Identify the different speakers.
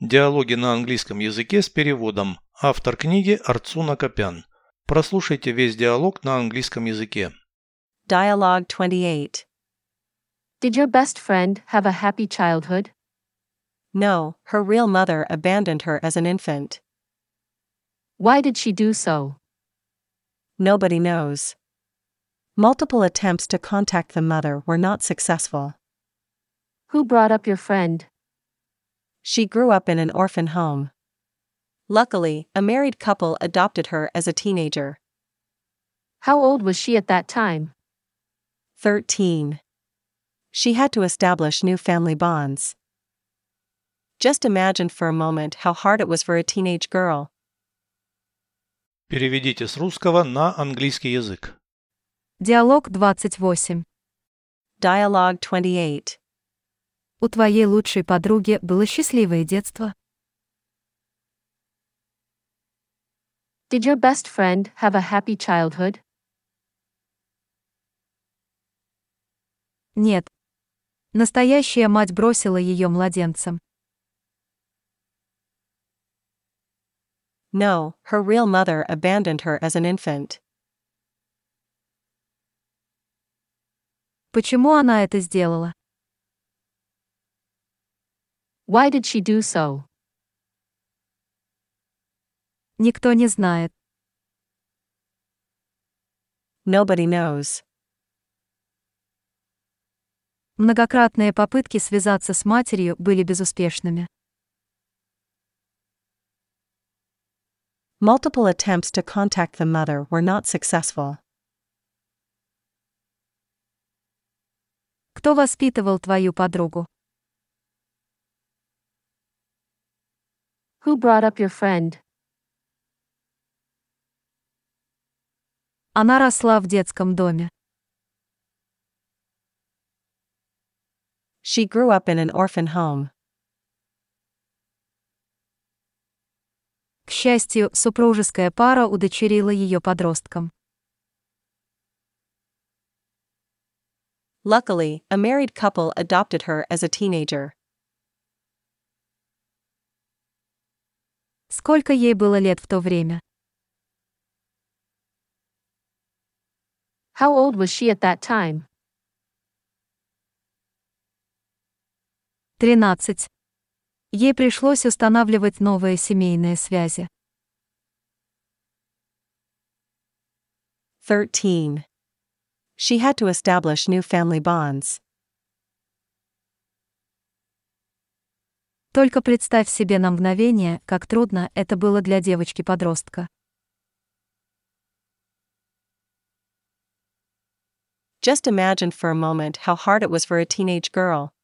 Speaker 1: Диалоги на английском языке с переводом. Автор книги Арцуна Копян. Прослушайте весь диалог на английском языке.
Speaker 2: Dialogue 28.
Speaker 3: Did your best friend have a happy childhood?
Speaker 2: No, her real mother abandoned her as an infant.
Speaker 3: Why did she do so?
Speaker 2: Nobody knows. Multiple attempts to contact the mother were not successful.
Speaker 3: Who brought up your friend?
Speaker 2: She grew up in an orphan home. Luckily, a married couple adopted her as a teenager.
Speaker 3: How old was she at that time?
Speaker 2: 13. She had to establish new family bonds. Just imagine for a moment how hard it was for a teenage girl.
Speaker 1: Переведите с русского на английский язык.
Speaker 4: Диалог 28.
Speaker 2: Dialogue 28.
Speaker 4: У твоей лучшей подруги было счастливое детство.
Speaker 3: Did your best friend have a happy childhood?
Speaker 4: Нет. Настоящая мать бросила ее младенцем.
Speaker 2: No, her real mother abandoned her as an infant.
Speaker 4: Почему она это сделала?
Speaker 3: Why did she do so?
Speaker 4: Никто не знает.
Speaker 2: Nobody knows.
Speaker 4: Многократные попытки связаться с матерью были безуспешными.
Speaker 2: Multiple attempts to contact the mother were not successful.
Speaker 4: Кто воспитывал твою подругу?
Speaker 3: Who brought up your friend?
Speaker 4: Она росла в детском доме.
Speaker 2: She grew up in an orphan home.
Speaker 4: К счастью, супружеская пара удочерила ее подростком.
Speaker 2: Luckily, a married couple adopted her as a teenager.
Speaker 4: Сколько ей было лет в то время?
Speaker 3: How old was she at that time?
Speaker 4: 13. Ей пришлось устанавливать новые семейные связи.
Speaker 2: 13. She had to establish new family bonds.
Speaker 4: Только представь себе на мгновение, как трудно это было для девочки-подростка.
Speaker 2: Just imagine for a moment how hard it was for a teenage girl.